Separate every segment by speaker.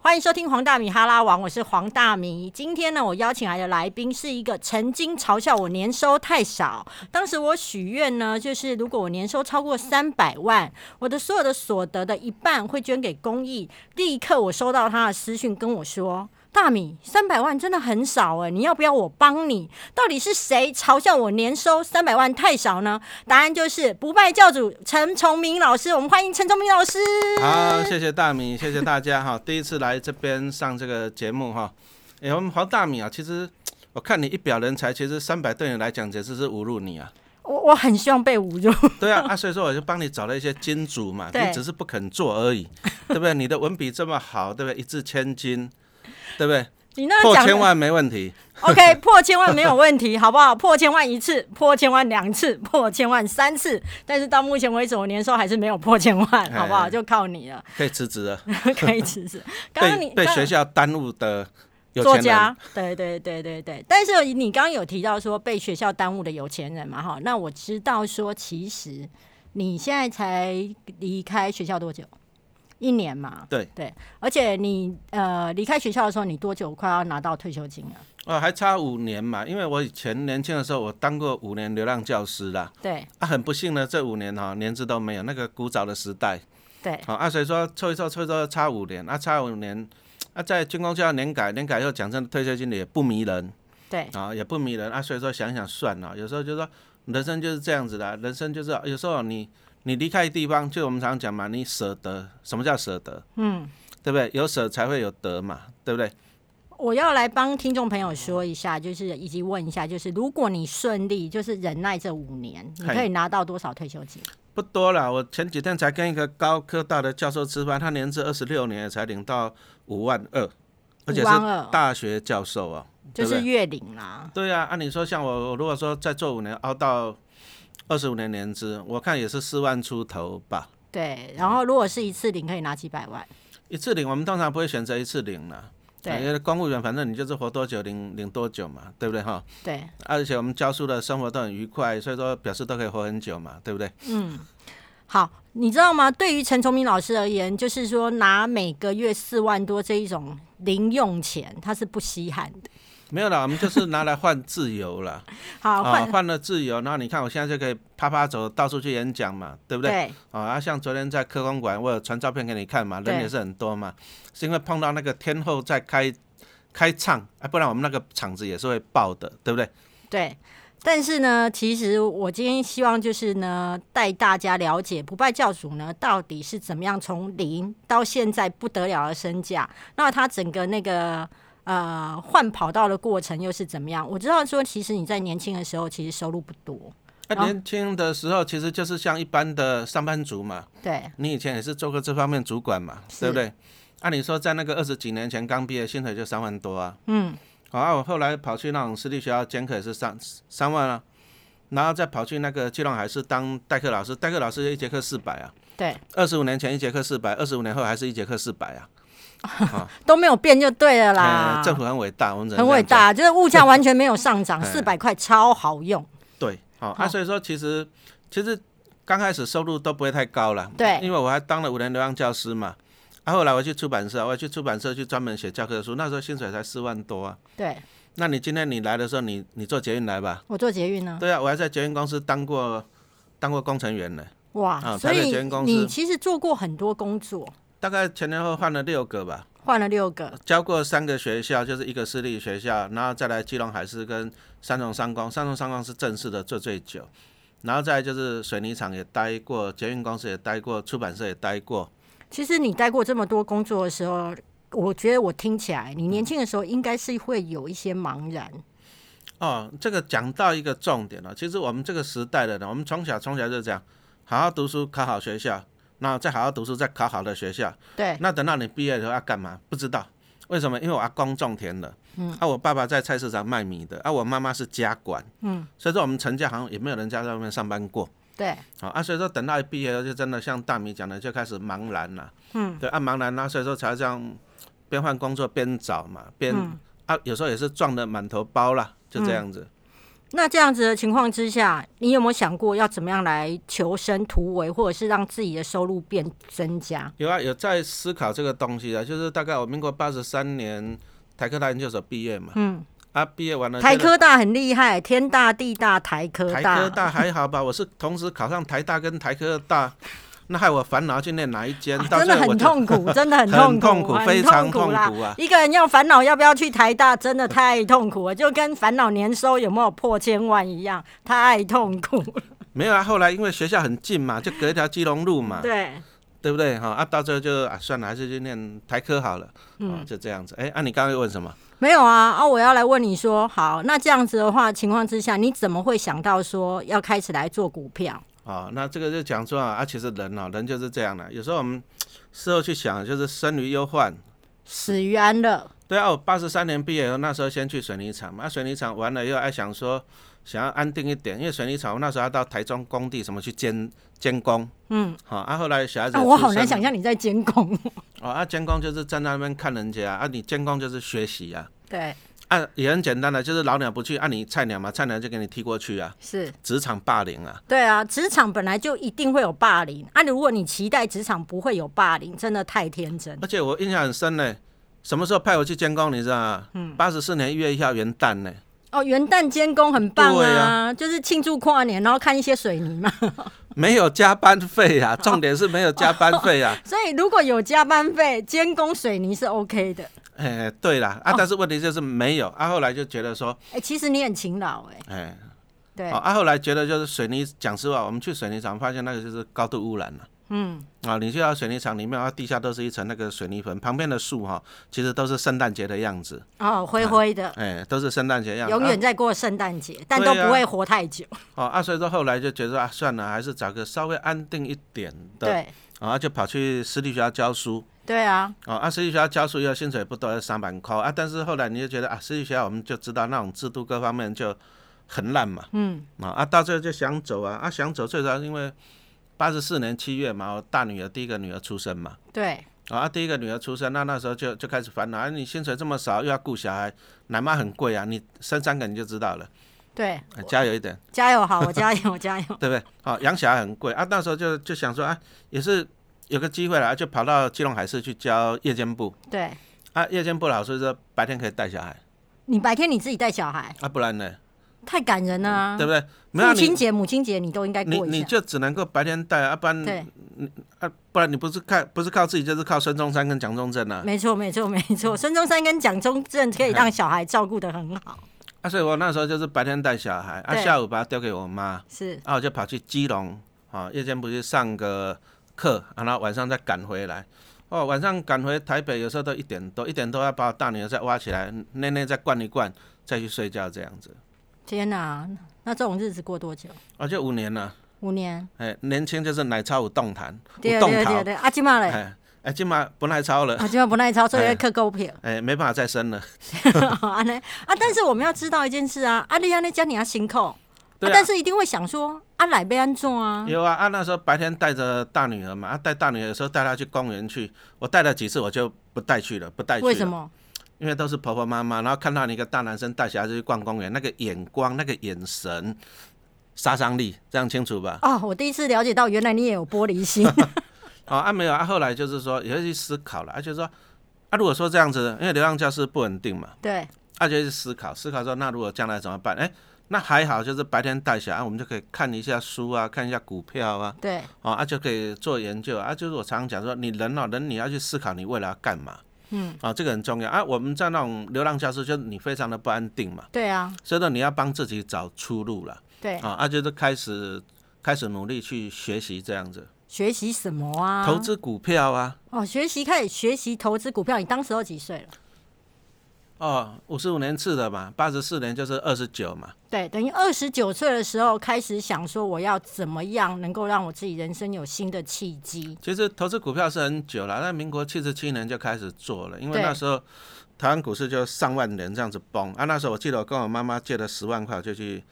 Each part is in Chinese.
Speaker 1: 欢迎收听黄大米哈拉王，我是黄大米。今天呢，我邀请来的来宾是一个曾经嘲笑我年收太少，当时我许愿呢，就是如果我年收超过三百万，我的所有的所得的一半会捐给公益。第一刻，我收到他的私讯跟我说。大米三百万真的很少哎、你要不要我帮你？到底是谁嘲笑我年收三百万太少呢？答案就是不败教主陈崇明老师，我们欢迎陈崇明老师。
Speaker 2: 好，谢谢大米，谢谢大家哈。第一次来这边上这个节目哈，哎、我们黄大米啊，其实我看你一表人才，其实三百对你来讲简直是侮辱你啊。
Speaker 1: 我我很希望被侮辱，
Speaker 2: 对啊，啊，所以说我就帮你找了一些金主嘛，
Speaker 1: 对
Speaker 2: 你只是不肯做而已，对不对？你的文笔这么好，对不对？一掷千金，对不对？
Speaker 1: 你那
Speaker 2: 破
Speaker 1: 讲的
Speaker 2: 千万没问题。
Speaker 1: OK，破千万没有问题， 好不好？破千万一次，破千万两次， 破千万三次，但是到目前为止，我年收还是没有破千万，好不好？
Speaker 2: 哎
Speaker 1: 就靠你了，
Speaker 2: 可以辞职了，
Speaker 1: 可以辞 职。刚刚你
Speaker 2: 被被
Speaker 1: 刚
Speaker 2: 学校耽误的有
Speaker 1: 作
Speaker 2: 钱人
Speaker 1: 家，对对对对对。但是你刚刚有提到说被学校耽误的有钱人嘛，哈，那我知道说其实你现在才离开学校多久？一年嘛，
Speaker 2: 对
Speaker 1: 对，而且你呃离开学校的时候，你多久快要拿到退休金了？
Speaker 2: 哦，还差五年嘛，因为我以前年轻的时候，我当过五年流浪教师啦。
Speaker 1: 对
Speaker 2: 啊，很不幸呢，这五年哈、年资都没有，那个古早的时代，
Speaker 1: 对，
Speaker 2: 好、啊，所以说凑一凑凑一凑差五年，啊差五年，啊在军工教年改年改后，讲真的退休金也不迷人
Speaker 1: 对，
Speaker 2: 啊，也不迷人啊，所以说想想算了，有时候就说人生就是这样子的，啊人生就是有时候你你离开地方，就我们常常讲嘛，你舍得，什么叫舍得？嗯，对不对？有舍才会有得嘛，对不对？
Speaker 1: 我要来帮听众朋友说一下，就是以及问一下，就是如果你顺利，就是忍耐这五年，你
Speaker 2: 嗨
Speaker 1: 可以拿到多少退休金？
Speaker 2: 不多啦，我前几天才跟一个高科大的教授吃饭，他年资二十六年，也才领到五万二，而且是
Speaker 1: 52
Speaker 2: 大学教授哦，
Speaker 1: 就
Speaker 2: 对不
Speaker 1: 是
Speaker 2: 对？
Speaker 1: 月领啦。
Speaker 2: 对啊，按、理说像我，我如果说再做五年，熬到二十五年年资，我看也是四万出头吧。
Speaker 1: 对，然后如果是一次领，可以拿几百万。
Speaker 2: 一次领，我们通常不会选择一次领啦。啊因
Speaker 1: 对
Speaker 2: 为公务员反正你就是活多久领领多久嘛，对不对哈？
Speaker 1: 对，
Speaker 2: 而且我们教书的生活都很愉快，所以说表示都可以活很久嘛，对不对？
Speaker 1: 好，你知道吗？对于陈崇明老师而言，就是说拿每个月四万多这一种零用钱，他是不稀罕的。
Speaker 2: 没有啦，我们就是拿来换自由啦。
Speaker 1: 好，
Speaker 2: 啊，
Speaker 1: 换、
Speaker 2: 换了自由，然后你看我现在就可以啪啪走到处去演讲嘛，对不对？
Speaker 1: 对
Speaker 2: 啊，啊像昨天在科公馆，我有传照片给你看嘛，
Speaker 1: 对
Speaker 2: 人也是很多嘛，是因为碰到那个天后在开开唱，啊，不然我们那个场子也是会爆的，对不对？
Speaker 1: 对。但是呢，其实我今天希望就是呢，带大家了解不败教主呢到底是怎么样从零到现在不得了的身价，那他整个那个呃换跑道的过程又是怎么样？我知道说，其实你在年轻的时候其实收入不多，
Speaker 2: 那、
Speaker 1: 然后
Speaker 2: 年轻的时候其实就是像一般的上班族嘛，
Speaker 1: 对
Speaker 2: 你以前也是做过这方面主管嘛，
Speaker 1: 是
Speaker 2: 对不对？按理说，在那个二十几年前刚毕业，薪水就三万多啊。嗯。好、啊，我后来跑去那种私立学校兼课也是三三万啊，然后再跑去那个基隆海事当代课老师，代课老师一节课四百啊，
Speaker 1: 对，
Speaker 2: 二十五年前一节课四百，二十五年后还是一节课四百啊。
Speaker 1: 都没有变就对了啦。
Speaker 2: 呃政府很伟大，我们只能
Speaker 1: 很
Speaker 2: 这
Speaker 1: 伟
Speaker 2: 样讲。
Speaker 1: 大，就是物价完全没有上涨，
Speaker 2: 哎
Speaker 1: 四百块超好用。
Speaker 2: 对，好、
Speaker 1: 好
Speaker 2: 啊，所以说其实其实刚开始收入都不会太高了，
Speaker 1: 对
Speaker 2: 因为我还当了五年流浪教师嘛，啊，后来我去出版社，我去出版社去专门写教科书，那时候薪水才四万多啊。
Speaker 1: 对
Speaker 2: 那你今天你来的时候，你你做捷运来吧？
Speaker 1: 我做捷运呢，
Speaker 2: 对啊，我还在捷运公司当过当过工程员呢，
Speaker 1: 哇，
Speaker 2: 啊
Speaker 1: 所
Speaker 2: 台北
Speaker 1: 以
Speaker 2: 捷运公司
Speaker 1: 你其实做过很多工作，
Speaker 2: 大概前前后后换了六个吧，
Speaker 1: 换了六个。
Speaker 2: 教过三个学校，就是一个私立学校，然后再来基隆海事跟三重商工，三重商工是正式的做最久，然后再来就是水泥厂也待过，捷运公司也待过，出版社也待过。
Speaker 1: 其实你待过这么多工作的时候，我觉得我听起来，你年轻的时候应该是会有一些茫然。
Speaker 2: 哦，这个讲到一个重点了、其实我们这个时代的人，我们从小从小就这样，好好读书，考好学校，然后再好好读书，再考好的学校。
Speaker 1: 对
Speaker 2: 那等到你毕业以后要干嘛？不知道。为什么？因为我阿公种田的，嗯，啊，我爸爸在菜市场卖米的，啊，我妈妈是家管，嗯，所以说我们陈家好像也没有人家在外面上班过，
Speaker 1: 对
Speaker 2: 好啊，所以说等到一毕业以后，就真的像大米讲的，就开始茫然了，嗯，对，啊，茫然啦、所以说才这样边嗯换工作边找嘛，边、啊，有时候也是撞得满头包啦，就这样子，
Speaker 1: 那这样子的情况之下，你有没有想过要怎么样来求生突围，或者是让自己的收入变增加？
Speaker 2: 有啊，有在思考这个东西啊，就是大概我民国八十三年台科大研究所毕业嘛，嗯，啊，毕业完了
Speaker 1: 台
Speaker 2: 觉得
Speaker 1: 科大很厉害，天大地大，台科
Speaker 2: 台
Speaker 1: 大，
Speaker 2: 科大还 好吧，我是同时考上台大跟台科大，那害我烦恼去念哪一间，
Speaker 1: 啊
Speaker 2: 到
Speaker 1: 真
Speaker 2: 最
Speaker 1: 的
Speaker 2: 后我
Speaker 1: 很
Speaker 2: 就
Speaker 1: 痛 苦，真的很
Speaker 2: 很
Speaker 1: 痛苦，很
Speaker 2: 非常
Speaker 1: 痛
Speaker 2: 痛
Speaker 1: 苦啦。
Speaker 2: 苦啊。
Speaker 1: 一个人要烦恼要不要去台大，真的太痛苦了，就跟烦恼年收有没有破千万一样，太痛苦。
Speaker 2: 没有啊，后来因为学校很近嘛，就隔一条基隆路嘛，
Speaker 1: 对，
Speaker 2: 对不对？哈啊，到最后就啊算了，还是去念台科好了，嗯，就这样子。哎，啊，你刚刚又问什么？
Speaker 1: 没有啊啊！我要来问你说，好，那这样子的话情况之下，你怎么会想到说要开始来做股票？
Speaker 2: 哦，那这个就讲说啊，啊其实人啊，人就是这样的。有时候我们事后去想，就是生于忧患。
Speaker 1: 死于安乐，
Speaker 2: 对啊，我八十三年毕业以后，那时候先去水泥厂嘛，啊、水泥厂完了以后，还想说想要安定一点，因为水泥厂我那时候要到台中工地什么去监监工，嗯，好、啊，后来小孩子、
Speaker 1: 啊，我好难想，象你在监控。
Speaker 2: 哦，啊，监工就是站在那边看人家啊，啊你监工就是学习啊，
Speaker 1: 对，
Speaker 2: 啊，也很简单的，就是老鸟不去，啊，你菜鸟嘛，菜鸟就给你踢过去啊，
Speaker 1: 是，
Speaker 2: 职场霸凌啊，
Speaker 1: 对啊，职场本来就一定会有霸凌啊！如果你期待职场不会有霸凌，真的太天真。
Speaker 2: 而且我印象很深呢，什么时候派我去监工，你知道吗？
Speaker 1: 嗯
Speaker 2: 八十四年一月一号元旦呢，
Speaker 1: 哦，元旦监工很棒
Speaker 2: 对
Speaker 1: 啊，
Speaker 2: 啊
Speaker 1: 就是庆祝跨年，然后看一些水泥嘛。
Speaker 2: 没有加班费啊，重点是没有加班费啊。
Speaker 1: 所以如果有加班费，监工水泥是 OK 的。
Speaker 2: 哎、对啦，
Speaker 1: 哦
Speaker 2: 啊，但是问题就是没有、啊，后来就觉得说，
Speaker 1: 哎、其实你很勤劳哎、
Speaker 2: 哎、
Speaker 1: 对，
Speaker 2: 哦，啊，后来觉得就是水泥，讲实话，我们去水泥厂发现那个就是高度污染了、嗯，啊，你去到水泥厂里面，啊，地下都是一层那个水泥盆，旁边的树哈、其实都是圣诞节的样子，
Speaker 1: 哦，灰灰的，
Speaker 2: 哎、都是圣诞节的样子，啊
Speaker 1: 永远在过圣诞节，但都不会活太久。
Speaker 2: 啊哦啊，所以说后来就觉得啊，算了，还是找个稍微安定一点的，
Speaker 1: 对，
Speaker 2: 然后、就跑去私立学校教书，
Speaker 1: 对啊，
Speaker 2: 哦，啊，私立学校教书要薪水不多，要三百块啊。但是后来你就觉得啊，私立学校我们就知道那种制度各方面就很烂嘛，嗯，啊啊，到最后就想走啊，啊想走，最早因为八十四年七月嘛，我大女儿第一个女儿出生嘛，
Speaker 1: 对，
Speaker 2: 啊，啊第一个女儿出生，那那时候就就开始烦恼，啊，你薪水这么少，又要顾小孩，奶妈很贵啊，你生三个你就知道了，
Speaker 1: 对，
Speaker 2: 啊加油一点，
Speaker 1: 加油 好，我加油，我加油。
Speaker 2: 对不对？好、养小孩很贵啊，那时候就就想说啊，也是有个机会啦，就跑到基隆海事去教夜间部。
Speaker 1: 对
Speaker 2: 啊，夜间部老师说白天可以带小孩，
Speaker 1: 你白天你自己带小孩，
Speaker 2: 啊，不然呢，
Speaker 1: 太感人了、啊
Speaker 2: 嗯对。不对？没有
Speaker 1: 父亲
Speaker 2: 你
Speaker 1: 节、母亲节你都应该
Speaker 2: 你
Speaker 1: 过一
Speaker 2: 你
Speaker 1: 下。
Speaker 2: 就只能够白天带，啊，不然
Speaker 1: 对，
Speaker 2: 啊，不然你不是靠不是靠自己，就是靠孙中山跟蒋中正啊。
Speaker 1: 没错，没错，没错。 孙中山跟蒋中正可以让小孩照顾的很好，
Speaker 2: 啊，所以我那时候就是白天带小孩，啊，
Speaker 1: 对
Speaker 2: 下午把它丢给我妈，
Speaker 1: 是
Speaker 2: 啊，我就跑去基隆啊，夜间部去上个课，啊，然后晚上再赶回来。哦，晚上赶回台北，有时候都一点多，一点多要把我大女儿再挖起来，内内再灌一灌，再去睡觉这样子。
Speaker 1: 天哪、那这种日子过多久？
Speaker 2: 啊，就五年了，
Speaker 1: 五年？
Speaker 2: 哎，年轻就是奶超有动弹，
Speaker 1: 对啊
Speaker 2: 有
Speaker 1: 对对
Speaker 2: 动弹。
Speaker 1: 对，阿金嘛嘞，
Speaker 2: 哎哎，今嘛不耐操了，
Speaker 1: 阿金嘛不耐操，所以
Speaker 2: 哎
Speaker 1: 会克狗 票。
Speaker 2: 哎，没办法再生
Speaker 1: 啊
Speaker 2: 了。
Speaker 1: 安尼啊，但是我们要知道一件事啊，阿丽安那家你要辛苦，啊
Speaker 2: 对啊
Speaker 1: 但是一定会想说，阿奶被安怎啊？
Speaker 2: 有啊，啊那时候白天带着大女儿嘛，啊带大女儿有时候带她去公园去，我带了几次我就不带去了，不带去了。
Speaker 1: 为什？么？
Speaker 2: 因为都是婆婆妈妈，然后看到你一个大男生带小孩子去逛公园，那个眼光、那个眼神，杀伤力，这样清楚吧？
Speaker 1: 哦，我第一次了解到，原来你也有玻璃 心。
Speaker 2: 哦啊没有啊，后来就是说也会去思考了，啊就是说啊如果说这样子，因为流浪教师不稳定嘛，
Speaker 1: 对，
Speaker 2: 啊，就去思考，思考说那如果将来怎么办？哎、那还好，就是白天带小孩，啊我们就可以看一下书啊，看一下股票啊，
Speaker 1: 对，
Speaker 2: 哦，啊就可以做研究啊。就是我常常讲说，你人哦，人你要去思考你未来要干嘛，嗯，啊，这个很重要啊。我们在那种流浪教室，就是你非常的不安定嘛，
Speaker 1: 对啊，
Speaker 2: 所以说你要帮自己找出路了
Speaker 1: 对，
Speaker 2: 啊，啊，就是开始开始努力去学习这样子，
Speaker 1: 学习什么啊？
Speaker 2: 投资股票啊，
Speaker 1: 哦，学习开始学习投资股票，你当时候几岁了？
Speaker 2: 哦，五十五年次的嘛，八十四年就是二十九嘛，
Speaker 1: 对，等于二十九岁的时候开始想说，我要怎么样能够让我自己人生有新的契机？
Speaker 2: 其实投资股票是很久了，那民国七十七年就开始做了，因为
Speaker 1: 对
Speaker 2: 那时候台湾股市就上万人这样子崩啊。那时候我记得我跟我妈妈借了十万块，我就去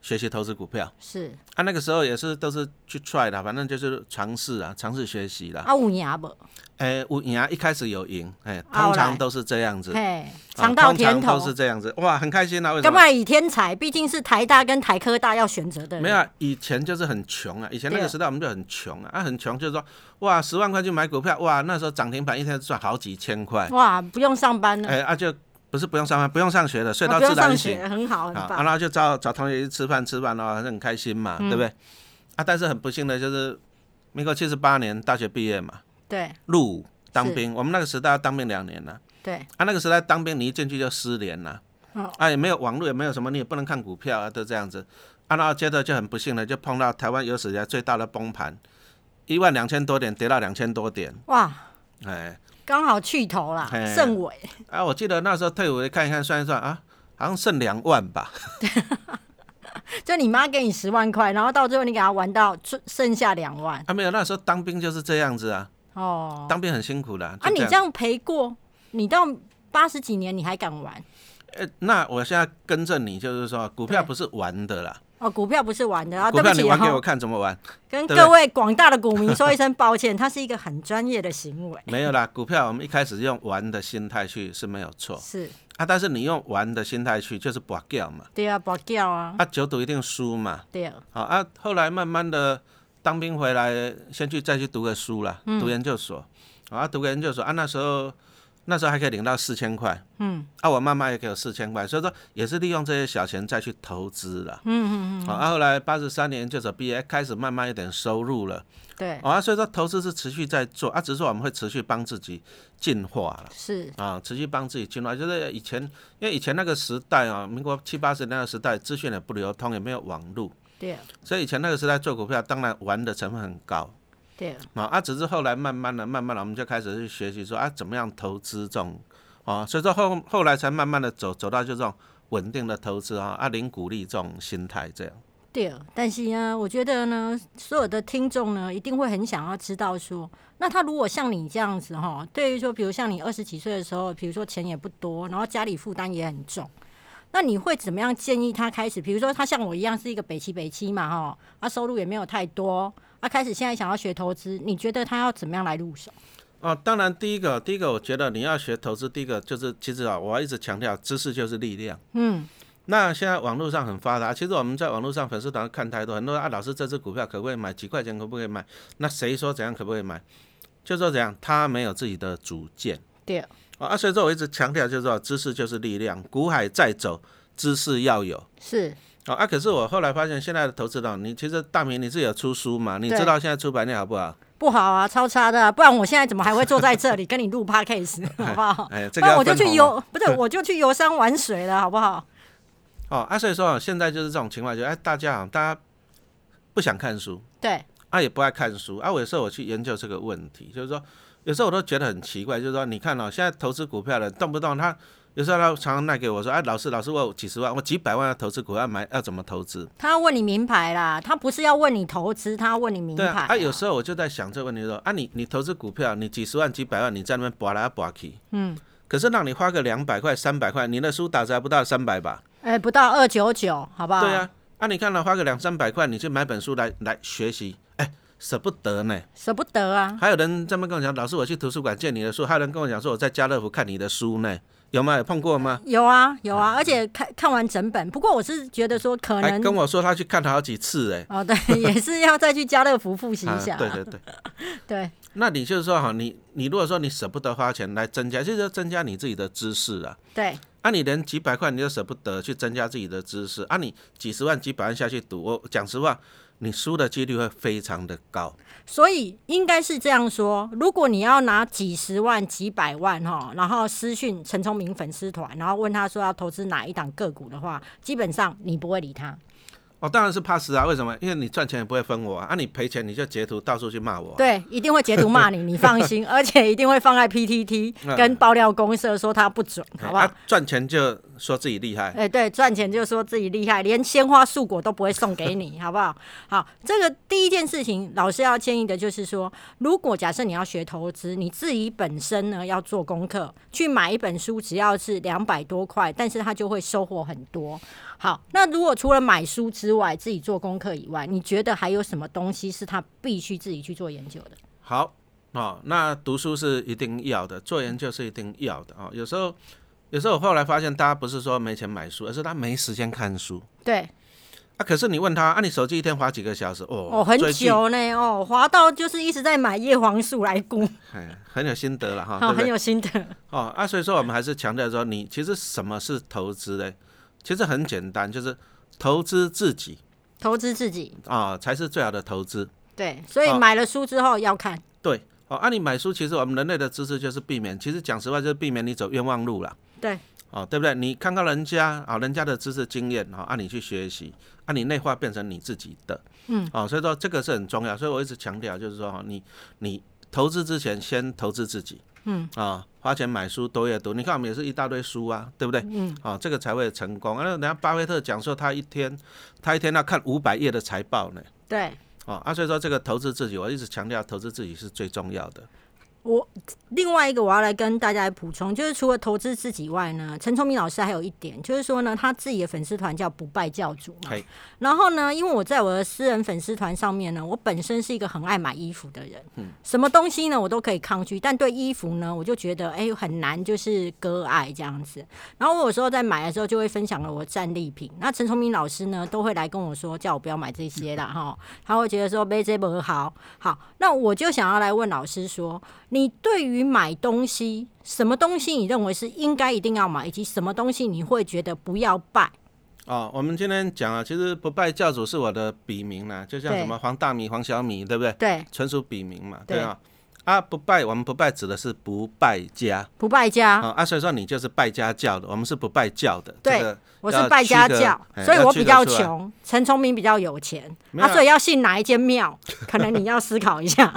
Speaker 2: 学习投资股票。
Speaker 1: 是
Speaker 2: 啊，那个时候也是都是去 try 的，反正就是尝试啊，尝试学习啦。
Speaker 1: 啊，五牙不？
Speaker 2: 哎、我赢啊，一开始有赢，哎、
Speaker 1: 啊
Speaker 2: 通
Speaker 1: 我来
Speaker 2: 常都是这样子，啊
Speaker 1: 嘿，尝到甜
Speaker 2: 通常
Speaker 1: 头
Speaker 2: 都。是这样子，哇，很开心啊，为什
Speaker 1: 干
Speaker 2: 么？
Speaker 1: 嘛以天才？毕竟是台大跟台科大要选择的人。
Speaker 2: 没有、啊，以前就是很穷啊，以前那
Speaker 1: 对
Speaker 2: 个时代我们就很穷啊，啊，很穷就是说，哇，十万块去买股票，哇，那时候涨停板一天赚好几千块，
Speaker 1: 哇，不用上班了，
Speaker 2: 哎、啊，就不是不用上班，不用上学了，睡
Speaker 1: 啊嗯
Speaker 2: 到
Speaker 1: 不
Speaker 2: 自
Speaker 1: 用上
Speaker 2: 然醒
Speaker 1: 学，，很好，很
Speaker 2: 啊，啊
Speaker 1: 棒。嗯
Speaker 2: 然后就找找同学去吃饭，吃饭哦，还是很开心嘛，对不对？啊，但是很不幸的就是，民国七十八年大学毕业嘛，
Speaker 1: 对
Speaker 2: 入伍当
Speaker 1: 是
Speaker 2: 兵，我们那个时代要当兵两年了。
Speaker 1: 对，
Speaker 2: 啊，那个时代当兵，你一进去就失联了，
Speaker 1: 哦
Speaker 2: 啊，也没有网络，也没有什么，你也不能看股票啊，都这样子。啊，然后接着就很不幸的，就碰到台湾有史以来最大的崩盘，一万两千多点跌到两千多点，
Speaker 1: 哇，
Speaker 2: 哎，
Speaker 1: 刚好去头啦，
Speaker 2: 嘿
Speaker 1: 盛伟
Speaker 2: 啊，我记得那时候退伍看一看算一算啊，好像剩两万吧，
Speaker 1: 就你妈给你十万块，然后到最后你给她玩到剩剩下两万
Speaker 2: 啊，没有，那时候当兵就是这样子啊，
Speaker 1: 哦。
Speaker 2: 当兵很辛苦的啊
Speaker 1: 啊，你
Speaker 2: 就
Speaker 1: 这样赔过，你到八十几年你还敢玩？
Speaker 2: 呃，那我现在更正你，就是说股票
Speaker 1: 对
Speaker 2: 不是玩的啦，
Speaker 1: 哦，股票不是玩的，啊，
Speaker 2: 股
Speaker 1: 对
Speaker 2: 票
Speaker 1: 不
Speaker 2: 你
Speaker 1: 起
Speaker 2: 玩给
Speaker 1: 哈
Speaker 2: 我，看怎么玩？
Speaker 1: 跟
Speaker 2: 对不对
Speaker 1: 各位广大的股民说一声抱歉，它是一个很专业的行 为，
Speaker 2: 没有啦，股票我们一开始用玩的心态去是没有错
Speaker 1: 是
Speaker 2: 啊，但是你用玩的心态去就是不掉嘛，
Speaker 1: 对啊，保掉啊，
Speaker 2: 啊，久赌一定输嘛，
Speaker 1: 对啊，
Speaker 2: 好啊，后来慢慢的当兵回来，先去再去读个书啦，读研究所，啊，读个研究所啊，那时候那时候还可以领到四千块，
Speaker 1: 嗯，
Speaker 2: 啊，我妈妈也给我四千块，所以说也是利用这些小钱再去投资了，嗯嗯嗯，好啊，后来八十三年研究所毕业，开始慢慢有点收入了。
Speaker 1: 对，
Speaker 2: 哦、啊，所以说投资是持续在做啊，只是说我们会持续帮自己进化了
Speaker 1: 是
Speaker 2: 啊，持续帮自己进化。就是以前，因为以前那个时代啊，民国七八十年代的时代，资讯也不流通，也没有网络，
Speaker 1: 对啊，
Speaker 2: 所以以前那个时代做股票，当然玩的成分很高
Speaker 1: 对啊，
Speaker 2: 啊。啊，只是后来慢慢的、慢慢的，我们就开始去学习说啊，怎么样投资这种啊，所以说后后来才慢慢的走走到就这种稳定的投资啊，啊零股利这种心态这样。
Speaker 1: 对啊，但是呢，我觉得呢，所有的听众呢，一定会很想要知道说，那他如果像你这样子哈，对于说，比如像你二十几岁的时候，比如说钱也不多，然后家里负担也很重，那你会怎么样建议他开始？比如说他像我一样是一个北七北七嘛哈，他、收入也没有太多，他、开始现在想要学投资，你觉得他要怎么样来入手？
Speaker 2: 哦，当然，第一个，第一个，我觉得你要学投资，第一个就是，其实啊，我一直强调，知识就是力量。
Speaker 1: 嗯，
Speaker 2: 那现在网络上很发达，其实我们在网络上粉丝团看太多，很多人啊，老师这只股票可不可以买？几块钱可不可以买？那谁说怎样可不可以买？就说怎样，他没有自己的主见。
Speaker 1: 对啊，
Speaker 2: 哦、啊，所以说我一直强调，就是说知识就是力量，股海在走，知识要有。
Speaker 1: 是
Speaker 2: 哦啊，可是我后来发现，现在的投资呢，你其实大明你自己有出书嘛？你
Speaker 1: 对
Speaker 2: 知道现在出版量好不好？
Speaker 1: 不好啊，超差的啊、不然我现在怎么还会坐在这里跟你录 podcast 好不好？
Speaker 2: 哎，这
Speaker 1: 哦不
Speaker 2: 个
Speaker 1: 然
Speaker 2: 要
Speaker 1: 我就
Speaker 2: 分
Speaker 1: 去
Speaker 2: 红
Speaker 1: 游，不对，我就去游山玩水了，好不好？
Speaker 2: 哦啊，所以说啊现在就是这种情况，就哎，大家好，大家不想看书
Speaker 1: 对，
Speaker 2: 啊，也不爱看书啊。我有时候我去研究这个问题，就是说，有时候我都觉得很奇怪，就是说，你看哦，现在投资股票的人动不动他有时候他常常赖给我说，哎、老师，老师，我有几十万，我几百万要投资股票买，要怎么投资？
Speaker 1: 他要问你名牌啦，他不是要问你投资，他要问你名牌
Speaker 2: 对啊，啊，有
Speaker 1: 候
Speaker 2: 时候我就在想这个问题说，啊，你你投资股票，你几十万、几百万，你在那边拔来拔去，嗯，可是让你花个两百块、三百块，你的书打折还不到三百吧？
Speaker 1: 哎、不到二九九，好不好？
Speaker 2: 对啊，，啊，你看了花个两三百块，你去买本书来来学习，哎、舍不得呢。
Speaker 1: 舍不得啊，
Speaker 2: 还有人这么跟我讲，老师，我去图书馆借你的书，还有人跟我讲说我在家乐福看你的书呢，有吗？有碰过吗？
Speaker 1: 有啊有啊，而且看看完整本，不过我是觉得说可
Speaker 2: 还
Speaker 1: 能
Speaker 2: 哎跟我说他去看了好几次，哎。
Speaker 1: 哦，对，也是要再去家乐福复习一下，啊
Speaker 2: 啊对对对，
Speaker 1: 对
Speaker 2: 那你就是说哈，你你如果说你舍不得花钱来增加，就是要增加你自己的知识啊。
Speaker 1: 对
Speaker 2: 啊，你连几百块你都舍不得去增加自己的知识，啊，你几十万几百万下去赌，我讲实话，你输的几率会非常的高。
Speaker 1: 所以应该是这样说：如果你要拿几十万、几百万哈，然后私讯陈聪明粉丝团，然后问他说要投资哪一档个股的话，基本上你不会理他。
Speaker 2: 哦，当然是怕死啊！为什么？因为你赚钱也不会分我啊，啊你赔钱你就截图到处去骂我啊、
Speaker 1: 对，一定会截图骂你，你放心，而且一定会放在 PTT
Speaker 2: 嗯
Speaker 1: 跟爆料公社说他不准，好不好
Speaker 2: 啊？赚钱就说自己厉害，
Speaker 1: 哎、对，赚钱就说自己厉害，连鲜花素果都不会送给你，好不好？好，这个第一件事情，老师要建议的就是说，如果假设你要学投资，你自己本身呢要做功课，去买一本书，只要是两百多块，但是它就会收获很多。好，那如果除了买书之之外，自己做功课以外，你觉得还有什么东西是他必须自己去做研究的？
Speaker 2: 好哦，那读书是一定要的，做研究是一定要的啊、哦。有时候，有时候我后来发现，大家不是说没钱买书，而是他没时间看书
Speaker 1: 对，
Speaker 2: 啊。可是你问他，啊，你手机一天划几个小时？哦，
Speaker 1: 哦，很
Speaker 2: 追剧，
Speaker 1: 久呢，哦，滑到就是一直在买叶黄素来估，
Speaker 2: 哎，很有心得了哈，
Speaker 1: 好，
Speaker 2: 对不
Speaker 1: 哦很
Speaker 2: 对？
Speaker 1: 有心得。
Speaker 2: 哦，啊，所以说我们还是强调说，你其实什么是投资嘞？其实很简单，就是投资自己
Speaker 1: 投资自己，
Speaker 2: 啊、才是最好的投资。
Speaker 1: 对，所以
Speaker 2: 好
Speaker 1: 买了书之后要看，
Speaker 2: 对，哦，按、啊、你买书，其实我们人类的知识就是避免，其实讲实话就是避免你走冤枉路啦。
Speaker 1: 对，
Speaker 2: 哦，对不对？你看看人家啊、人家的知识经验啊，按、你去学习，按、你内化变成你自己的，嗯，哦，所以说这个是很重要，所以我一直强调就是说哈、你你投资之前先投资自己，嗯，啊、花钱买书多阅读，你看我们也是一大堆书啊，对不对？嗯，啊、这个才会成功。啊那人家巴菲特讲说他一天他一天要看五百页的财报呢，
Speaker 1: 对
Speaker 2: 哦，啊，所以说这个投资自己，我一直强调投资自己是最重要的。
Speaker 1: 我另外一个我要来跟大家来补充，就是除了投资自己以外呢，陈崇明老师还有一点，就是说呢，他自己的粉丝团叫不败教主嘛
Speaker 2: 嘿。
Speaker 1: 然后呢，因为我在我的私人粉丝团上面呢，我本身是一个很爱买衣服的人，什么东西呢我都可以抗拒，但对衣服呢，我就觉得哎、很难，就是割爱这样子。然后我有时候在买的时候就会分享了我的战利品，那陈崇明老师呢都会来跟我说，叫我不要买这些啦哈，他会觉得说背这不好，好，那我就想要来问老师说，你对于买东西，什么东西你认为是应该一定要买，以及什么东西你会觉得不要拜？
Speaker 2: 哦，我们今天讲啊，其实不败教主是我的笔名啦，就像
Speaker 1: 对
Speaker 2: 什么黄大米、黄小米，对不对？
Speaker 1: 对，
Speaker 2: 纯属笔名嘛，
Speaker 1: 对
Speaker 2: 对啊。啊，不败，我们不败指的是不败家
Speaker 1: 不败家，
Speaker 2: 啊啊，所以说你就是败家教的，我们是不败教的。
Speaker 1: 对
Speaker 2: 这个
Speaker 1: 我
Speaker 2: 要
Speaker 1: 是
Speaker 2: 区
Speaker 1: 败家
Speaker 2: 隔
Speaker 1: 教，
Speaker 2: 哎
Speaker 1: 所以
Speaker 2: 要
Speaker 1: 我
Speaker 2: 区
Speaker 1: 比
Speaker 2: 隔
Speaker 1: 较
Speaker 2: 出来
Speaker 1: 穷，陈崇明比较有钱，
Speaker 2: 没
Speaker 1: 啊，
Speaker 2: 有
Speaker 1: 所以要信哪一间庙，可能你要思考一下，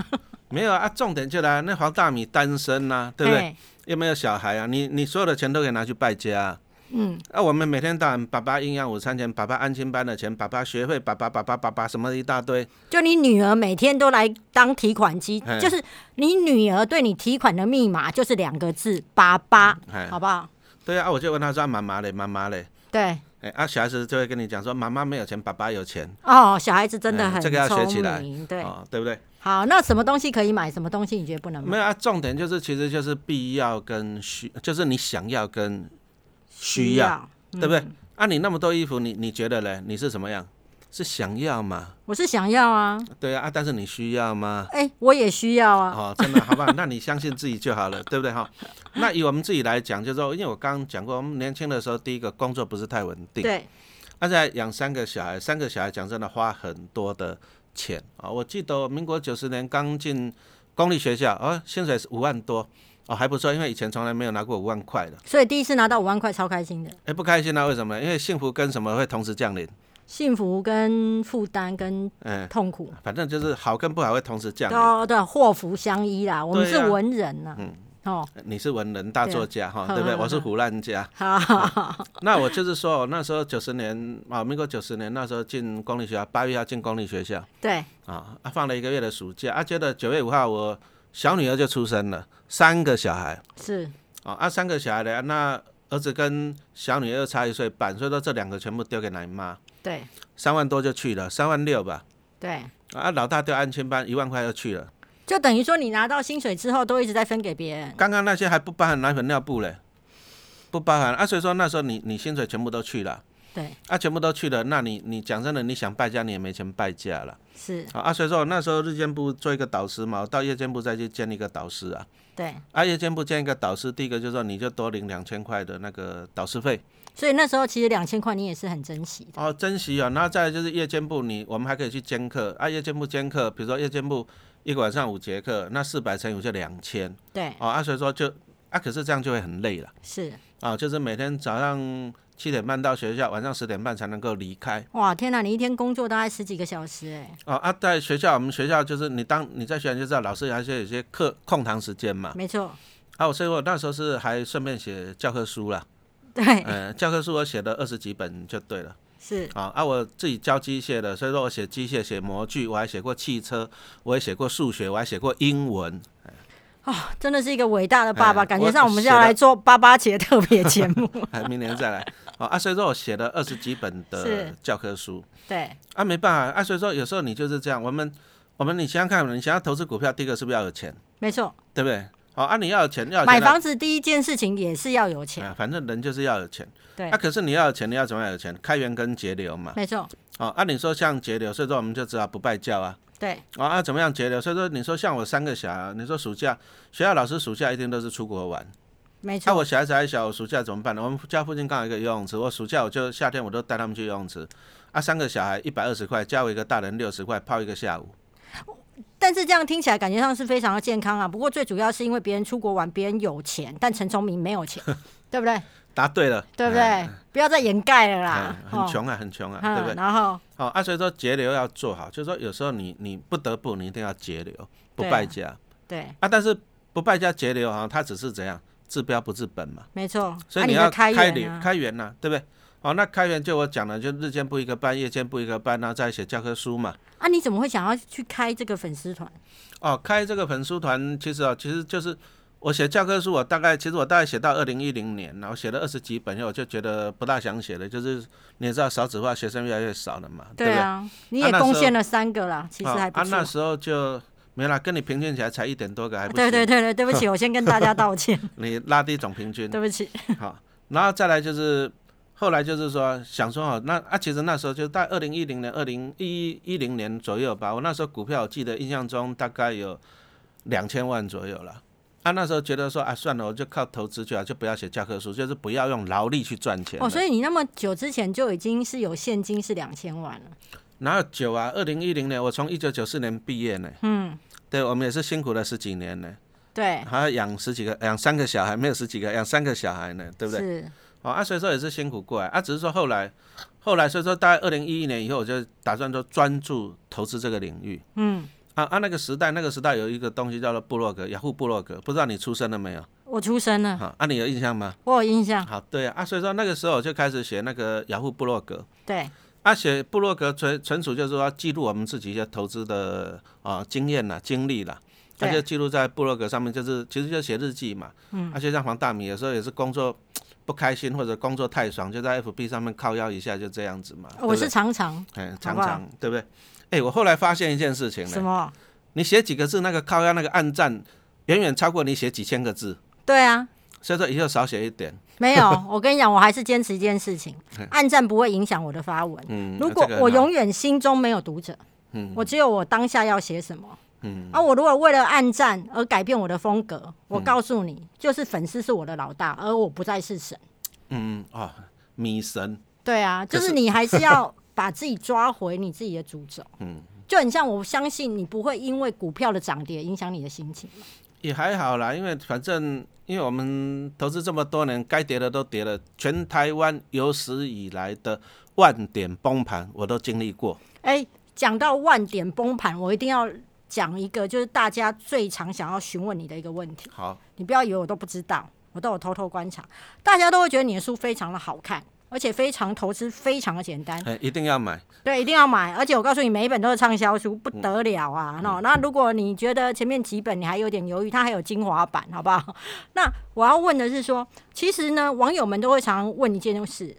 Speaker 2: 没有啊，重点就来那黄大米单身呐、 对不对？
Speaker 1: 嘿？
Speaker 2: 又没有小孩啊，你你所有的钱都可以拿去败家、啊。嗯，啊，我们每天到晚爸爸营养午餐钱，爸爸安亲班的钱，爸爸学费，爸爸爸爸爸爸什么一大堆，
Speaker 1: 就你女儿每天都来当提款机，
Speaker 2: 嘿
Speaker 1: 就是你女儿对你提款的密码就是两个字：爸爸，
Speaker 2: 哎，
Speaker 1: 好不好？
Speaker 2: 对啊，啊我就问他说啊妈妈嘞，妈妈嘞，
Speaker 1: 对，
Speaker 2: 哎、啊，小孩子就会跟你讲说，妈妈没有钱，爸爸有钱，
Speaker 1: 哦，小孩子真的
Speaker 2: 哎
Speaker 1: 很
Speaker 2: 这个要学
Speaker 1: 聪
Speaker 2: 起来
Speaker 1: 明，对。
Speaker 2: 哦，对不对？
Speaker 1: 好，那什么东西可以买，什么东西你觉得不能买？
Speaker 2: 没有啊，重点就是其实就是必要跟需，就是你想要跟需要，
Speaker 1: 嗯
Speaker 2: 对不对？啊，你那么多衣服，你你觉得嘞？你是什么样？是想要嘛？
Speaker 1: 我是想要啊，
Speaker 2: 对啊，啊，但是你需要吗？
Speaker 1: 哎、我也需要啊，
Speaker 2: 哦，真的，好不 好？那你相信自己就好了，对不对哈、那以我们自己来讲，就是说，因为我刚刚讲过，我们年轻的时候，第一个工作不是太稳定，
Speaker 1: 对，
Speaker 2: 而且养三个小孩，三个小孩讲真的花很多的钱啊、我记得我民国九十年刚进公立学校，哦，薪水是五万多，哦，还不错，因为以前从来没有拿过五万块的。
Speaker 1: 所以第一次拿到五万块超开心的，
Speaker 2: 哎，不开心啊？为什么？因为幸福跟什么会同时降临？
Speaker 1: 幸福跟负担跟
Speaker 2: 嗯，
Speaker 1: 痛苦
Speaker 2: 反正就是好跟不好会同时降临。
Speaker 1: 都对哦祸福相依啦，我们
Speaker 2: 对
Speaker 1: 是
Speaker 2: 啊
Speaker 1: 文人呐、哦，
Speaker 2: 你是文人大作家哈，对不对？我是胡乱家。
Speaker 1: 好好好，
Speaker 2: 那我就是说，哦我那时候九十年啊，民国九十年那时候进公立学校，八月要进公立学校
Speaker 1: 对，
Speaker 2: 啊，啊放了一个月的暑假啊，觉得九月五号我小女儿就出生了，三个小孩
Speaker 1: 是，
Speaker 2: 啊，啊三个小孩的、那儿子跟小女儿又差一岁半，所以说这两个全部丢给奶妈，
Speaker 1: 对
Speaker 2: 三万多就去了，三万六吧，
Speaker 1: 对，
Speaker 2: 啊老大丢安亲班一万块就去了，
Speaker 1: 就等于说你拿到薪水之后都一直在分给别人，
Speaker 2: 刚刚那些还不包含奶粉尿布嘞，不包含啊，所以说那时候你你薪水全部都去了。
Speaker 1: 对，
Speaker 2: 啊，全部都去了，那你你讲真的，你想败家你也没钱败家了。
Speaker 1: 是，
Speaker 2: 啊，所以说我那时候日间部做一个导师嘛，我到夜间部再去兼一个导师啊。
Speaker 1: 对，
Speaker 2: 啊，夜间部兼一个导师，第一个就是说你就多领两千块的那个导师费，
Speaker 1: 所以那时候其实两千块你也是很珍惜的，
Speaker 2: 哦，珍惜啊。然后再来就是夜间部你，我们还可以去兼课啊，夜间部兼课，比如说夜间部一个晚上五节课，那四百乘以五就两千
Speaker 1: 对，
Speaker 2: 哦。啊，所以说就啊，可是这样就会很累了
Speaker 1: 是，
Speaker 2: 啊，就是每天早上七点半到学校，晚上十点半才能够离开。
Speaker 1: 哇，天哪，你一天工作大概十几个小时、哎，
Speaker 2: 哦啊，在学校，我们学校就是你当你在学校就知道，老师还是有些课空堂时间嘛。
Speaker 1: 没错，
Speaker 2: 啊，我所以我那时候是还顺便写教科书啦，
Speaker 1: 对，
Speaker 2: 呃，教科书我写了二十几本就对了。
Speaker 1: 是，
Speaker 2: 啊啊，我自己教机械的，所以说我写机械、写模具，我还写过汽车，我也写过数学，我还写过英文。
Speaker 1: 真的是一个伟大的爸爸，
Speaker 2: 哎
Speaker 1: 感觉上我们是要
Speaker 2: 我
Speaker 1: 来做爸爸节特别节目。
Speaker 2: 哎，明年再来。哦啊，所以说我写了二十几本的
Speaker 1: 是
Speaker 2: 教科书
Speaker 1: 对，
Speaker 2: 啊，没办法啊，所以说有时候你就是这样，我们我们你想想看，你想要投资股票，第一个是不是要有钱，
Speaker 1: 没错，
Speaker 2: 对不对？好、啊，你要有钱，要有钱
Speaker 1: 买
Speaker 2: 啊
Speaker 1: 房子第一件事情也是要有钱，
Speaker 2: 啊，反正人就是要有钱。
Speaker 1: 对
Speaker 2: 啊，可是你要有钱，你要怎么样有钱？开源跟节流嘛。
Speaker 1: 没错，
Speaker 2: 哦，按、啊、你说像节流，所以说我们就知道不拜教啊。
Speaker 1: 对，
Speaker 2: 哦，啊，怎么样节流？所以说你说像我三个小孩，你说暑假学校老师暑假一定都是出国玩。
Speaker 1: 没
Speaker 2: 那、
Speaker 1: 错，
Speaker 2: 我小孩子还小，我暑假怎么办呢？我们家附近刚好有一个游泳池，我暑假我就夏天我都带他们去游泳池。啊，三个小孩一百二十块，加我一个大人六十块，泡一个下午。
Speaker 1: 但是这样听起来感觉上是非常的健康啊。不过最主要是因为别人出国玩，别人有钱，但陈崇明没 有钱，对不对？
Speaker 2: 答对了，
Speaker 1: 对不对？不要再掩盖了啦
Speaker 2: 哎？，
Speaker 1: 哦
Speaker 2: 嗯很穷啊，很穷啊，对不
Speaker 1: 嗯，
Speaker 2: 对？
Speaker 1: 然后
Speaker 2: 好、啊，所以说节流要做好，就是说有时候你你不得不你一定要节流，不
Speaker 1: 对啊
Speaker 2: 败家。
Speaker 1: 对，
Speaker 2: 啊，但是不败家节流啊，它只是怎样治标不治本嘛，
Speaker 1: 没错，
Speaker 2: 所以
Speaker 1: 啊你
Speaker 2: 要
Speaker 1: 的
Speaker 2: 开
Speaker 1: 开
Speaker 2: 流、
Speaker 1: 源啊，
Speaker 2: 开源呐、对不对？好、那开源就我讲了，就日间部一个班，夜间部一个班，然后再写教科书嘛。
Speaker 1: 啊，你怎么会想要去开这个粉丝团？
Speaker 2: 哦，开这个粉书团，其实啊、其实就是我写教科书，我大概其实我大概写到二零一零年，然后写了二十几本以后，我就觉得不大想写了，就是你也知道少子化，学生越来越少了嘛，不对？
Speaker 1: 啊，你
Speaker 2: 啊
Speaker 1: 也
Speaker 2: 那
Speaker 1: 贡
Speaker 2: 时候
Speaker 1: 献了三个啦，其实
Speaker 2: 啊
Speaker 1: 还不
Speaker 2: 啊，
Speaker 1: 错
Speaker 2: 那。时候就没啦，跟你平均起来才一点多个，还不
Speaker 1: 对对
Speaker 2: 行，
Speaker 1: 对对，对不 起，我先跟大家道歉，
Speaker 2: 你拉低总平均。
Speaker 1: 对不起。
Speaker 2: 好，然后再来就是后来就是说想说哦，那啊，其实那时候就在二零一零年、二零一一零年左右吧，我那时候股票我记得印象中大概有两千万左右了。啊，那时候觉得说啊，算了，我就靠投资啊就好，就不要写教科书，就是不要用劳力去赚钱了。
Speaker 1: 哦，所以你那么久之前就已经是有现金是两千万了，
Speaker 2: 哪有久啊？二零一零年，我从一九九四年毕业呢。嗯，对，我们也是辛苦了十几年呢，
Speaker 1: 对，
Speaker 2: 还要养十几个、养三个小孩，没有十几个，养三个小孩呢，对不对？
Speaker 1: 是，
Speaker 2: 哦，啊，所以说也是辛苦过来啊，只是说后来，后来所以说大概二零一一年以后，我就打算说专注投资这个领域。嗯，啊啊，那个时代那个时代有一个东西叫做部落格，雅虎部落格，不知道你出生了没有？
Speaker 1: 我出生了，
Speaker 2: 啊，啊，你有印象吗？
Speaker 1: 我有印象，
Speaker 2: 好，对啊，啊，所以说那个时候我就开始写那个雅虎部落格。
Speaker 1: 对，
Speaker 2: 啊，写部落格纯纯属就是说记录我们自己一些投资的啊、经验啦、经历啦，那、
Speaker 1: 对
Speaker 2: 就记录在部落格上面，就是其实就写日记嘛。嗯。而且像黄大米有时候也是工作不开心或者工作太爽，就在 FB 上面靠腰一下，就这样子嘛。
Speaker 1: 哦我
Speaker 2: 对
Speaker 1: 是常常
Speaker 2: 不对哎，
Speaker 1: 好
Speaker 2: 常
Speaker 1: 不好
Speaker 2: 常对不对？哎，我后来发现一件事情
Speaker 1: 什
Speaker 2: 呢，
Speaker 1: 么？
Speaker 2: 你写几个字那个靠腰那个暗赞，远远超过你写几千个字，
Speaker 1: 对啊，
Speaker 2: 所以说以后少写一点。
Speaker 1: 没 有，我跟你讲，我还是坚持一件事情，暗战不会影响我的发文。
Speaker 2: 嗯，
Speaker 1: 如果
Speaker 2: 这个
Speaker 1: 我
Speaker 2: 很好
Speaker 1: 永远心中没有读者，
Speaker 2: 嗯
Speaker 1: 我只有我当下要写什么，嗯，啊，我如果为了暗战而改变我的风格，我告诉你，就是粉丝是我的老大，而我不再是神。
Speaker 2: 嗯哦，米神
Speaker 1: 对啊，就
Speaker 2: 可
Speaker 1: 是
Speaker 2: 是
Speaker 1: 你还是要把自己抓回你自己的主 轴。嗯，就很像我相信你不会因为股票的涨跌影响你的心情。
Speaker 2: 也还好啦，因为反正因为我们投资这么多年，该跌的都跌了，全台湾有史以来的万点崩盘我都经历过。
Speaker 1: 哎、讲到万点崩盘，我一定要讲一个，就是大家最常想要询问你的一个问题。
Speaker 2: 好，
Speaker 1: 你不要以为我都不知道，我都有偷偷观察。大家都会觉得你的书非常的好看，而且非常投资非常的简单。
Speaker 2: 哎、一定要买。
Speaker 1: 对，一定要买，而且我告诉你，每一本都是畅销书，不得了啊！那、那如果你觉得前面几本你还有点犹豫，它还有精华版，好不好？那我要问的是说，其实呢，网友们都会常常问一件事：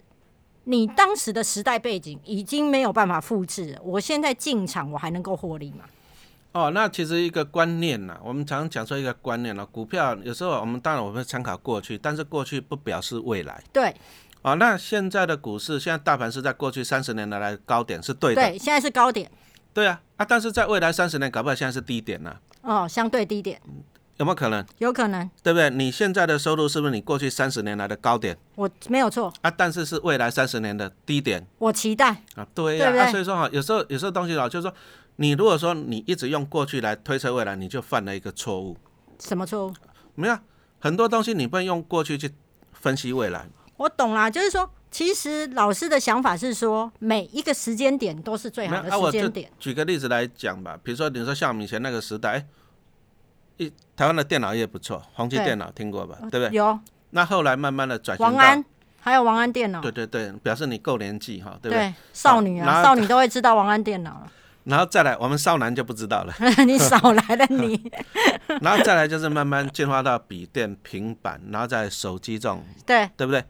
Speaker 1: 你当时的时代背景已经没有办法复制了，我现在进场我还能够获利吗？
Speaker 2: 哦，那其实一个观念呐、我们常讲说一个观念了、股票有时候我们当然我们会参考过去，但是过去不表示未来。
Speaker 1: 对
Speaker 2: 啊、那现在的股市，现在大盘是在过去三十年来的高点，是对的，
Speaker 1: 对，现在是高点
Speaker 2: 对啊，啊，但是在未来三十年，搞不好现在是低点呢、
Speaker 1: 哦，相对低点，
Speaker 2: 有没有可能？
Speaker 1: 有可能
Speaker 2: 对不对？你现在的收入是不是你过去三十年来的高点？
Speaker 1: 我没有错，
Speaker 2: 啊，但是是未来三十年的低点
Speaker 1: 我期待
Speaker 2: 啊，对呀、
Speaker 1: 对不对
Speaker 2: 啊，所以说哈，有时候有时候东西啊，就是说，你如果说你一直用过去来推测未来，你就犯了一个错误。
Speaker 1: 什么错误？
Speaker 2: 没有啊很多东西你不能用过去去分析未来，
Speaker 1: 我懂啦，就是说，其实老师的想法是说，每一个时间点都是最
Speaker 2: 没
Speaker 1: 好
Speaker 2: 有
Speaker 1: 的
Speaker 2: 啊，
Speaker 1: 时
Speaker 2: 我就
Speaker 1: 间点。
Speaker 2: 举个例子来讲吧，比如说你说像我们以前那个时代，哎一台湾的电脑业不错，宏基
Speaker 1: 对哦
Speaker 2: 电脑听过吧，对不啊对？
Speaker 1: 有
Speaker 2: 那后来慢慢的转型
Speaker 1: 王
Speaker 2: 到
Speaker 1: 安，，还有王安电脑，
Speaker 2: 对对对，表示你够年纪哈，对不对？
Speaker 1: 对少女
Speaker 2: 然
Speaker 1: 啊，
Speaker 2: 后
Speaker 1: 少女都会知道王安电脑了。
Speaker 2: 然后再来，我们少男就不知道了。
Speaker 1: 你少来了 你，
Speaker 2: 然后再来就是慢慢进化到笔电、平板，然后再手机这种，
Speaker 1: 对
Speaker 2: 对不对？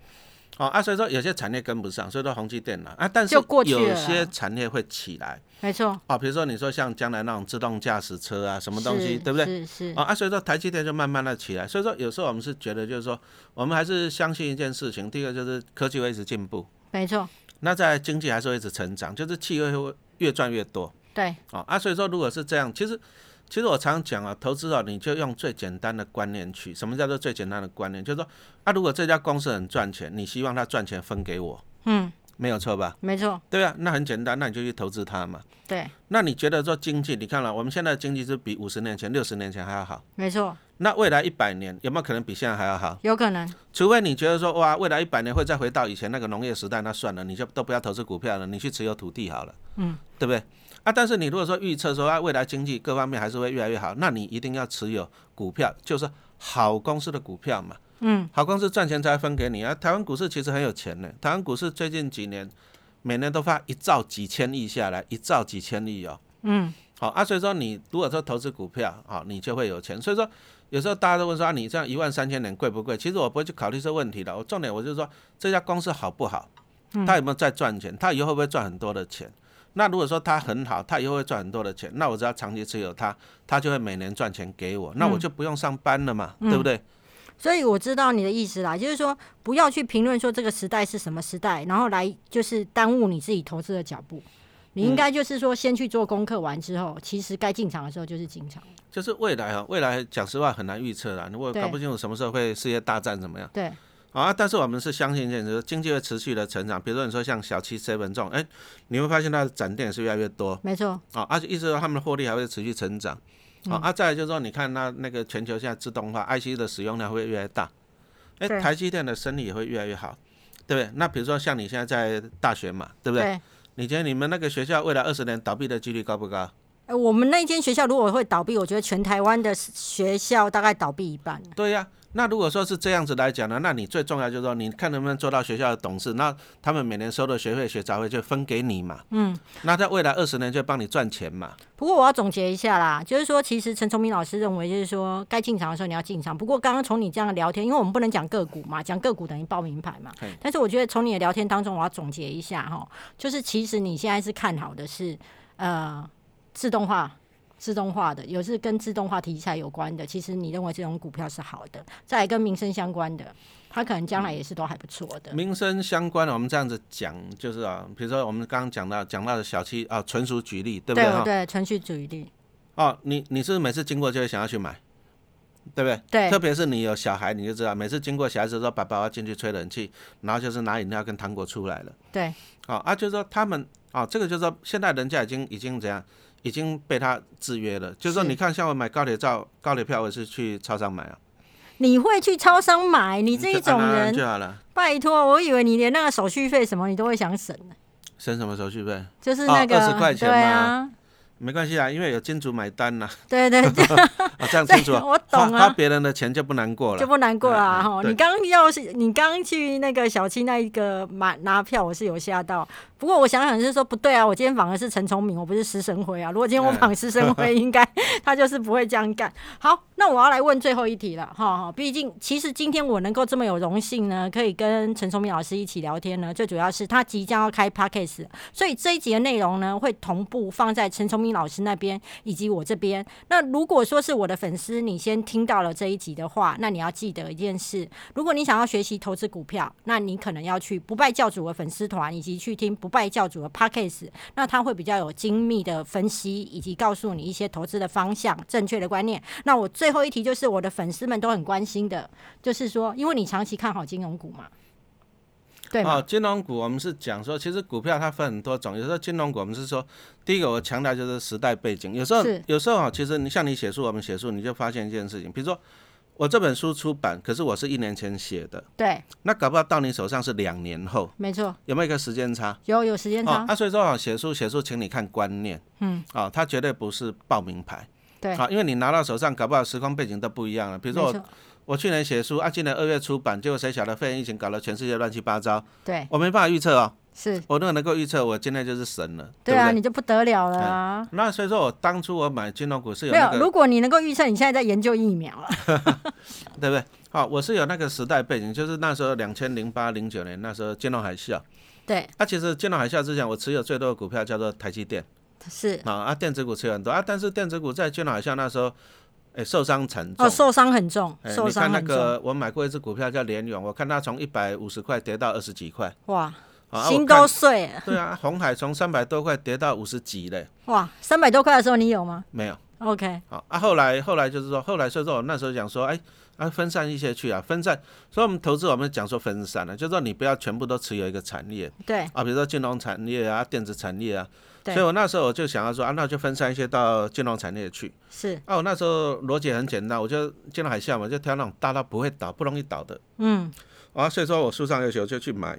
Speaker 2: 哦啊，所以说有些产业跟不上，所以说宏基电脑啊，但是
Speaker 1: 就过去了
Speaker 2: 有
Speaker 1: 啦
Speaker 2: 些产业会起来
Speaker 1: 没错，
Speaker 2: 啊，比如说你说像将来那种自动驾驶车啊，什么东西，
Speaker 1: 是
Speaker 2: 对不对？
Speaker 1: 是是
Speaker 2: 啊，啊，所以说台积电就慢慢的起来，所以说有时候我们是觉得就是说，我们还是相信一件事情，第一个就是科技会一直进步，
Speaker 1: 没错，
Speaker 2: 那在经济还是会一直成长，就是企业会越赚越多
Speaker 1: 对，
Speaker 2: 啊啊，所以说如果是这样，其实其实我常讲啊，投资啊，你就用最简单的观念去，什么叫做最简单的观念？就是说啊，如果这家公司很赚钱，你希望它赚钱分给我，
Speaker 1: 嗯，
Speaker 2: 没有错吧？
Speaker 1: 没错，
Speaker 2: 对啊，那很简单，那你就去投资它嘛。
Speaker 1: 对，
Speaker 2: 那你觉得说经济，你看了、我们现在的经济是比五十年前、六十年前还要好，
Speaker 1: 没错，
Speaker 2: 那未来一百年有没有可能比现在还要好？
Speaker 1: 有可能，
Speaker 2: 除非你觉得说，哇，未来一百年会再回到以前那个农业时代，那算了，你就都不要投资股票了，你去持有土地好了，嗯，对不对？啊，但是你如果说预测说啊，未来经济各方面还是会越来越好，那你一定要持有股票，就是好公司的股票嘛，嗯，好公司赚钱才会分给你啊。台湾股市其实很有钱呢，台湾股市最近几年每年都发一兆几千亿下来，一兆几千亿哦，嗯，好、啊，所以说你如果说投资股票，啊，你就会有钱，所以说。有时候大家都问说、啊、你这样一万三千点贵不贵？其实我不会去考虑这问题的。我重点我就是说这家公司好不好，它有没有在赚钱，它以后会不会赚很多的钱？那如果说它很好，它以后会赚很多的钱，那我只要长期持有它，它就会每年赚钱给我，那我就不用上班了嘛，对不对？
Speaker 1: 所以我知道你的意思啦，就是说不要去评论说这个时代是什么时代，然后来就是耽误你自己投资的脚步。你应该就是说先去做功课，完之后，其实该进场的时候就是进场。
Speaker 2: 就是未来啊，未来讲实话很难预测啦，我
Speaker 1: 对
Speaker 2: 搞不清楚什么时候会世界大战怎么样。
Speaker 1: 对，
Speaker 2: 啊，但是我们是相信一件事，就是经济会持续的成长。比如说你说像小七 seven 这种，哎，你会发现它的展店也是越来越多，
Speaker 1: 没错，
Speaker 2: 啊，而且意思说他们的获利还会持续成长。啊，啊，再来就是说，你看那那个全球现在自动化，IC 的使用量会越来越大，哎、
Speaker 1: 对
Speaker 2: 台积电的生意也会越来越好，对不对？那比如说像你现在在大学嘛，对不对？
Speaker 1: 对。
Speaker 2: 你觉得你们那个学校未来二十年倒闭的几率高不高？
Speaker 1: 哎我们那间学校如果会倒闭，我觉得全台湾的学校大概倒闭一半。
Speaker 2: 对呀、那如果说是这样子来讲呢，那你最重要就是说，你看能不能做到学校的董事，那他们每年收的学费、学杂费就分给你嘛，嗯，那在未来二十年就帮你赚钱嘛，
Speaker 1: 不过我要总结一下啦，就是说，其实陈崇明老师认为，就是说该进场的时候你要进场。不过刚刚从你这样的聊天，因为我们不能讲个股嘛，讲个股等于报名牌嘛
Speaker 2: 嘿。
Speaker 1: 但是我觉得从你的聊天当中，我要总结一下哈，就是其实你现在是看好的是呃自动化。自动化的，有是跟自动化题材有关的，其实你认为这种股票是好的，再来跟民生相关的，它可能将来也是都还不错的。
Speaker 2: 民生相关的，我们这样子讲，就是啊，比如说我们刚刚讲到讲到的小七啊，纯属举例，对不
Speaker 1: 对
Speaker 2: 哈？
Speaker 1: 对，程序主义，
Speaker 2: 哦，你你是不是每次经过就会想要去买，对不对？
Speaker 1: 对
Speaker 2: 特别是你有小孩，你就知道，每次经过小孩子说爸爸我要进去吹冷气，然后就是拿饮料跟糖果出来了。
Speaker 1: 对
Speaker 2: 哦，啊，就是说他们哦，这个就是说现在人家已经已经怎样，已经被他制约了。就是说
Speaker 1: 是
Speaker 2: 你看，像我买高铁照高铁票，我也是去超商买啊，
Speaker 1: 你会去超商买，你这一
Speaker 2: 就
Speaker 1: 种
Speaker 2: 嗯按按按啊
Speaker 1: 人
Speaker 2: 就好了，
Speaker 1: 拜托，我以为你连那个手续费什么你都会想省呢，
Speaker 2: 省什么手续费？
Speaker 1: 就是那个、
Speaker 2: 哦20块钱
Speaker 1: 对啊，
Speaker 2: 没关系啊，因为有金主买单呐、
Speaker 1: 对对对，
Speaker 2: 啊，这样
Speaker 1: 对，
Speaker 2: 清楚啊
Speaker 1: 我懂
Speaker 2: 花花
Speaker 1: 啊，
Speaker 2: 别人的钱就不难过
Speaker 1: 就
Speaker 2: 了。
Speaker 1: 不难过啦哈、
Speaker 2: 嗯嗯对
Speaker 1: 你刚刚要是你刚刚去那个小七那一个买拿票，我是有吓到。不过我想想是说不对啊，我今天访的是陈崇明，我不是石生辉啊。如果今天我
Speaker 2: 嗯
Speaker 1: 访石生辉，应该 他就是不会这样干。好，那我要来问最后一题了哈哈。毕竟其实今天我能够这么有荣幸呢，可以跟陈崇明老师一起聊天呢，最主要是他即将要开 podcast 了所以这一集的内容呢，会同步放在陈崇明老师那边以及我这边。那如果说是我的粉丝，你先听到了这一集的话，那你要记得一件事：如果你想要学习投资股票，那你可能要去不败教主的粉丝团，以及去听不败教主的 podcast，那他会比较有精密的分析，以及告诉你一些投资的方向、正确的观念。那我最后一题就是我的粉丝们都很关心的，就是说，因为你长期看好金融股嘛，对吗？
Speaker 2: 哦，金融股我们是讲说，其实股票它分很多种，有时候金融股我们是说，第一个我强调就是时代背景，有时候
Speaker 1: 是
Speaker 2: 有时候啊，其实你像你写书，我们写书，你就发现一件事情，比如说我这本书出版，可是我是一年前写的，
Speaker 1: 对，
Speaker 2: 那搞不好到你手上是两年后，
Speaker 1: 没错，
Speaker 2: 有没有一个时间差？
Speaker 1: 有有时间
Speaker 2: 哦
Speaker 1: 差，，
Speaker 2: 啊，所以说啊，写书写书，请你看观念，嗯，哦，它绝对不是报名牌，
Speaker 1: 对，
Speaker 2: 啊，因为你拿到手上，搞不好时空背景都不一样了，比
Speaker 1: 没
Speaker 2: 如说我
Speaker 1: 错，
Speaker 2: 我去年写书啊，今年二月出版，结果谁晓得肺炎疫情搞得全世界乱七八糟，
Speaker 1: 对，
Speaker 2: 我没办法预测哦。
Speaker 1: 是，
Speaker 2: 我如果能够预测，我今天就是神了，
Speaker 1: 对
Speaker 2: 不
Speaker 1: 啊，
Speaker 2: 对？
Speaker 1: 你就不得了了啊。
Speaker 2: 那所以说我当初我买金融股是有
Speaker 1: 没
Speaker 2: 那
Speaker 1: 有，
Speaker 2: 个，
Speaker 1: 如果你能够预测，你现在在研究疫苗了。
Speaker 2: 对不对？啊，我是有那个时代背景，就是那时候两千零八零九年那时候金融海啸。
Speaker 1: 对，
Speaker 2: 啊，其实金融海啸之前，我持有最多的股票叫做台积电
Speaker 1: 是
Speaker 2: 啊，啊，电子股持有很多啊，但是电子股在金融海啸那时候，哎、受伤惨重。
Speaker 1: 哦，受伤很重，
Speaker 2: 哎
Speaker 1: 受
Speaker 2: 你
Speaker 1: 伤
Speaker 2: 看那
Speaker 1: 很重，
Speaker 2: 个，我买过一只股票叫联勇，我看它从一百五十块跌到二十几块，
Speaker 1: 哇，
Speaker 2: 啊，啊
Speaker 1: 心
Speaker 2: 我看
Speaker 1: 都碎 了，
Speaker 2: 对啊，红海从三百多块跌到五十几嘞，
Speaker 1: 哇，三百多块的时候你有吗
Speaker 2: 没有。
Speaker 1: ？OK，
Speaker 2: 好啊，后来后来就是说，后来所以说我那时候讲说，哎，啊分散一些去啊，分散。所以我们投资我们讲说分散了、就是说你不要全部都持有一个产业
Speaker 1: 对
Speaker 2: 啊，比如说金融产业啊、电子产业啊。
Speaker 1: 哎对
Speaker 2: 所以我那时候我就想要说啊，那就分散一些到金融产业去。
Speaker 1: 是，
Speaker 2: 啊，我那时候逻辑很简单，我就金融海啸嘛，就挑那种大到不会倒、不容易倒的。
Speaker 1: 嗯，
Speaker 2: 啊，所以说我书上有写，我就去买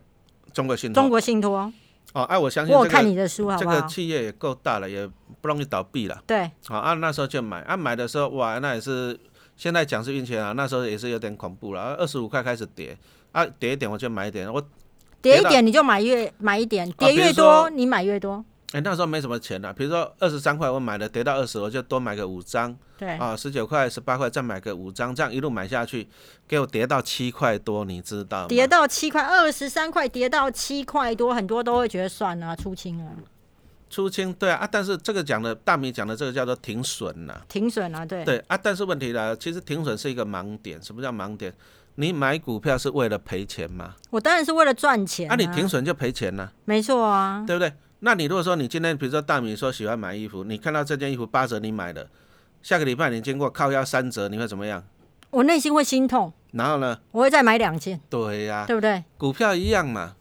Speaker 2: 中国信
Speaker 1: 中
Speaker 2: 托。
Speaker 1: 国信托，
Speaker 2: 哦，哎、我相信
Speaker 1: 我有
Speaker 2: 这
Speaker 1: 看
Speaker 2: 个
Speaker 1: 你的书好
Speaker 2: 这
Speaker 1: 不
Speaker 2: 个
Speaker 1: 好？
Speaker 2: 企业也够大了，也不容易倒闭了。
Speaker 1: 对，
Speaker 2: 好啊，那时候就买啊，买的时候哇，那也是现在讲是运气啊，那时候也是有点恐怖了，二十五块开始跌啊，跌一点我就买一点，我
Speaker 1: 跌
Speaker 2: 跌
Speaker 1: 一
Speaker 2: 到啊
Speaker 1: 点你就买越买一点，跌
Speaker 2: 比如
Speaker 1: 越
Speaker 2: 说
Speaker 1: 多你买越多，
Speaker 2: 哎、那时候没什么钱了、比如说二十三块我买了，跌到二十我就多买个五张
Speaker 1: 对，
Speaker 2: 啊，十九块十八块再买个五张，这样一路买下去，给我跌到七块多，你知道吗？
Speaker 1: 跌到七块二十三块，跌到七块多，很多都会觉得算了、出清啊了，
Speaker 2: 出清对啊啊，但是这个讲的大米讲的这个叫做停损呐、
Speaker 1: 停损了、啊，对，
Speaker 2: 对啊，但是问题呢，其实停损是一个盲点，什么叫盲点？你买股票是为了赔钱吗？
Speaker 1: 我当然是为了赚钱、
Speaker 2: 啊，你停，损就赔钱呐、
Speaker 1: 没错啊，
Speaker 2: 对不对？那你如果说你今天比如说大米说喜欢买衣服，你看到这件衣服八折你买了，下个礼拜你经过靠腰三折，你会怎么样？
Speaker 1: 我内心会心痛，
Speaker 2: 然后呢？
Speaker 1: 我会再买两件，
Speaker 2: 对啊呀、
Speaker 1: 对不对？
Speaker 2: 股票一样嘛，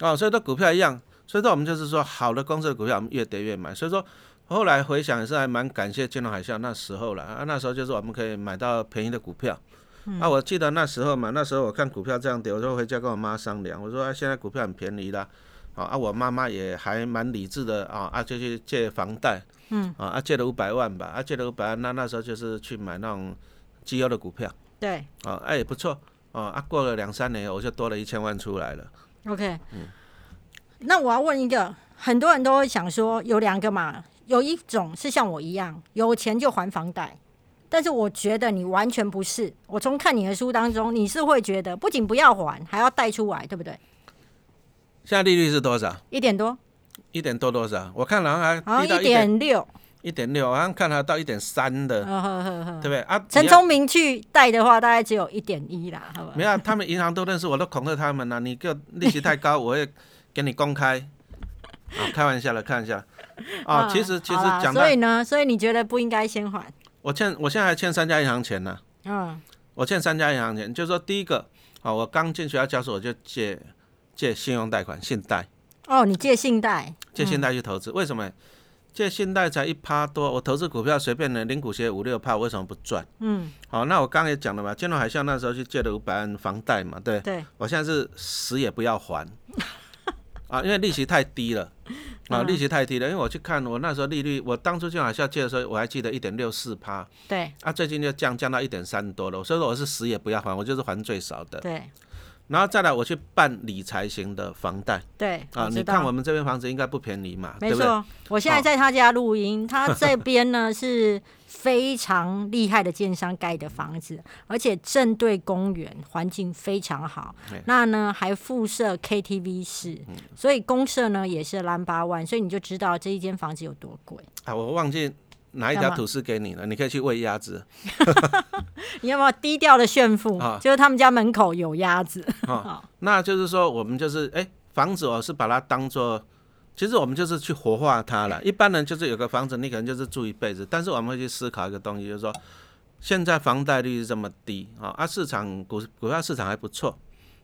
Speaker 2: 哦，所以说股票一样，所以说我们就是说好的公司的股票我们越跌越买，所以说。后来回想也是还蛮感谢金融海啸那时候了啊，那时候就是我们可以买到便宜的股票、啊。我记得那时候嘛，那时候我看股票这样跌，我就回家跟我妈商量，我说、啊、现在股票很便宜啦，啊啊，我妈妈也还蛮理智的啊啊，就去借房贷，嗯啊啊借了五百万吧，啊借了五百万，那那时候就是去买那种绩优的股票
Speaker 1: 对
Speaker 2: 啊，哎、也不错啊啊，过了两三年我就多了一千万出来了。
Speaker 1: ，OK，、那我要问一个，很多人都会想说有两个嘛，有一种是像我一样有钱就还房贷。但是我觉得你完全不是，我从看你的书当中，你是会觉得不仅不要还，还要贷出来，对不对？
Speaker 2: 现在利率是多少？
Speaker 1: 一点多，
Speaker 2: 一点多多少？我看好像
Speaker 1: 好像
Speaker 2: 还低到
Speaker 1: 一
Speaker 2: 一
Speaker 1: 点
Speaker 2: 点
Speaker 1: 六，
Speaker 2: 一点六，好像看还到一点三的，
Speaker 1: 呵哦呵呵呵
Speaker 2: 对不对啊？
Speaker 1: 嗯陈
Speaker 2: 你要
Speaker 1: 聪明去贷的话，大概只有一点一啦，好吧
Speaker 2: 没？有，啊他们银行都认识我，都恐吓他们了、你给我利息 太高，我会给你公开。啊，开玩笑了，开玩笑了。啊，
Speaker 1: 嗯
Speaker 2: 其实其实
Speaker 1: 好啦
Speaker 2: 讲到
Speaker 1: 所以呢，所以你觉得不应该先还？
Speaker 2: 我欠，我现在还欠三家银行钱呢、
Speaker 1: 嗯，
Speaker 2: 我欠三家银行钱，就是说第一个，啊，我刚进学校教书我就借借信用贷款，信贷
Speaker 1: 哦，你借信贷，
Speaker 2: 借信贷去投资，为什么？借信贷才一趴多，我投资股票随便的零股息五六趴，我为什么不赚？
Speaker 1: 嗯，
Speaker 2: 好，那我刚才也讲了嘛，金融海啸那时候去借了五百万房贷嘛，对
Speaker 1: 对，
Speaker 2: 我现在是死也不要还啊，因为利息太 低了啊，利息太低了。因为我去看我那时候利率，我当初金融海啸借的时候，我还记得一点六四趴
Speaker 1: 对，
Speaker 2: 啊，最近就降降到一点三多了，所以说我是死也不要还，我就是还最少的。
Speaker 1: 对，
Speaker 2: 然后再来我去办理财型的房贷
Speaker 1: 对，
Speaker 2: 啊，
Speaker 1: 知
Speaker 2: 你
Speaker 1: 道
Speaker 2: 看我们这边房子应该不便宜嘛，啊对
Speaker 1: 没
Speaker 2: 不对？
Speaker 1: 错，我现在在他家录音， 他这边呢是非常厉害的建商盖的房子，而且正对公园，环境非常好
Speaker 2: 对。嗯
Speaker 1: 那呢还附设 KTV 室，所以公社呢也是兰八万，所以你就知道这一间房子有多贵。
Speaker 2: 啊，我忘记拿一
Speaker 1: 干
Speaker 2: 条
Speaker 1: 嘛
Speaker 2: 吐司给你了，你可以去喂 鸭子。
Speaker 1: 你有没有低调的炫富？
Speaker 2: 啊
Speaker 1: 就是他们家门口有鸭子。
Speaker 2: 那就是说，我们就是哎、房子我是把它当做，其实我们就是去活化它 了。一般人就是有个房子，你可能就是住一辈子，但是我们会去思考一个东西，就是说，现在房贷率是这么低啊，啊，市场股股票市场还不错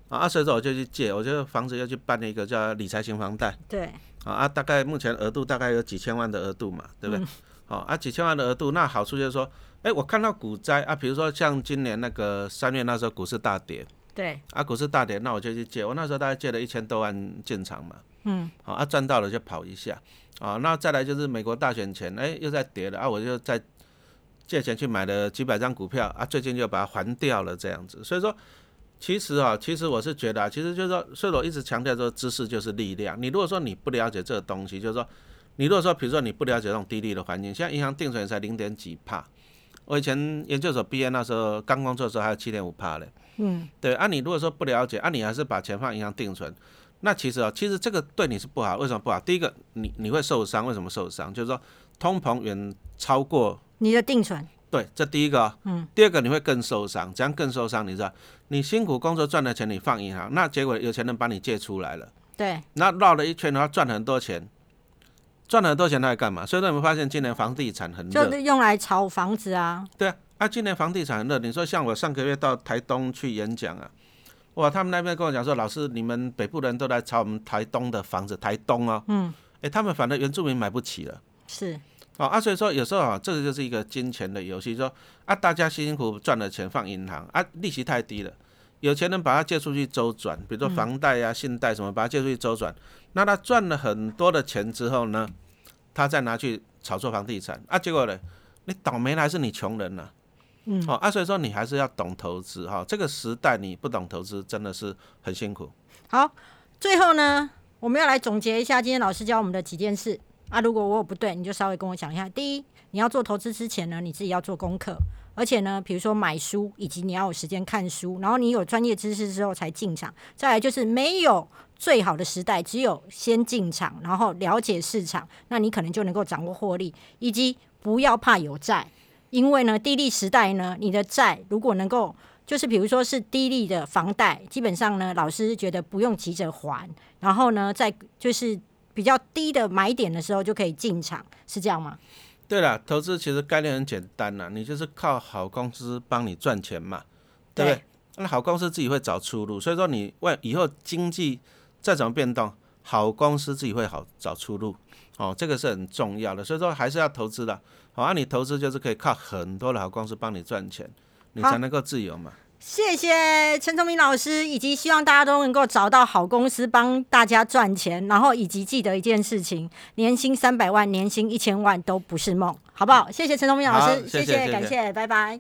Speaker 2: 啊，啊，所以说我就去借，我就房子又去办了一个叫理财型房贷
Speaker 1: 对，
Speaker 2: 啊，啊，大概目前额度大概有几千万的额度嘛，对不对？好、啊，几千万的额度，那好处就是说，哎、我看到股灾啊，比如说像今年那个三月那时候股市大跌，
Speaker 1: 对，
Speaker 2: 啊，股市大跌，那我就去借。我那时候大概借了一千多万进场嘛，
Speaker 1: 嗯，
Speaker 2: 好啊，赚到了就跑一下，啊，那再来就是美国大选前，哎，又在跌了啊，我就再借钱去买了几百张股票啊，最近就把它还掉了这样子。所以说，其实啊，其实我是觉得啊，其实就是说，所以我一直强调说，知识就是力量。你如果说你不了解这个东西，就是说，你如果说比如说你不了解这种低利的环境，现在银行定存才零点几帕，我以前研究所毕业那时候刚工作的时候还有七点五帕嘞。嗯，对啊，你如果说不了解，啊，你还是把钱放银行定存，那其实啊、哦，其实这个对你是不好，为什么不好？第一个，你你会受伤，为什么受伤？就是说通膨远超过
Speaker 1: 你的定存，
Speaker 2: 对，这第一个、嗯，第二个你会更受伤，怎样更受伤？你知道，你辛苦工作赚的钱你放银行，那结果有钱人把你借出来了，
Speaker 1: 对，
Speaker 2: 那绕了一圈，然后赚很多钱，赚了很多钱他还干嘛？所以说你们发现今年房地产很
Speaker 1: 就
Speaker 2: 热，
Speaker 1: 是用来炒房子啊，
Speaker 2: 对啊，啊，今年房地产很热。你说像我上个月到台东去演讲啊，哇，他们那边跟我讲说，老师你们北部人都来炒我们台东的房子，台东哦，嗯，哎、他们反正原住民买不起了。
Speaker 1: 是
Speaker 2: 哦啊，所以说有时候啊，这个就是一个金钱的游戏，说啊，大家辛辛苦苦赚了钱放银行啊，利息太低了，有钱人把它借出去周转，比如说房贷啊、信贷什么，把它借出去周转。那他赚了很多的钱之后呢，他再拿去炒作房地产啊，结果呢，你倒霉了还是你穷人呐、嗯，哦啊，所以说你还是要懂投资哈、这个时代你不懂投资真的是很辛苦。
Speaker 1: 好，最后呢，我们要来总结一下今天老师教我们的几件事啊。如果我有不对，你就稍微跟我讲一下。第一，你要做投资之前呢，你自己要做功课，而且呢，比如说买书，以及你要有时间看书，然后你有专业知识之后才进场。再来就是没有。最好的时代只有先进场，然后了解市场，那你可能就能够掌握获利，以及不要怕有债，因为呢，低利时代呢，你的债如果能够就是比如说是低利的房贷，基本上呢，老师是觉得不用急着还，然后呢，在就是比较低的买点的时候就可以进场，是这样吗？
Speaker 2: 对了，投资其实概念很简单啦，你就是靠好公司帮你赚钱嘛，对不对？
Speaker 1: 对
Speaker 2: 那好公司自己会找出路，所以说你为以后经济再怎么变动，好公司自己会好找出路，哦，这个是很重要的，所以说还是要投资的。好、啊，你投资就是可以靠很多的好公司帮你赚钱，你
Speaker 1: 好
Speaker 2: 才能够自由嘛。
Speaker 1: 谢谢陈崇明老师，以及希望大家都能够找到好公司帮大家赚钱，然后以及记得一件事情：年薪三百万、年薪一千万都不是梦，好不好？谢谢陈崇明老
Speaker 2: 好
Speaker 1: 师，
Speaker 2: 谢谢谢谢
Speaker 1: 感谢，拜拜。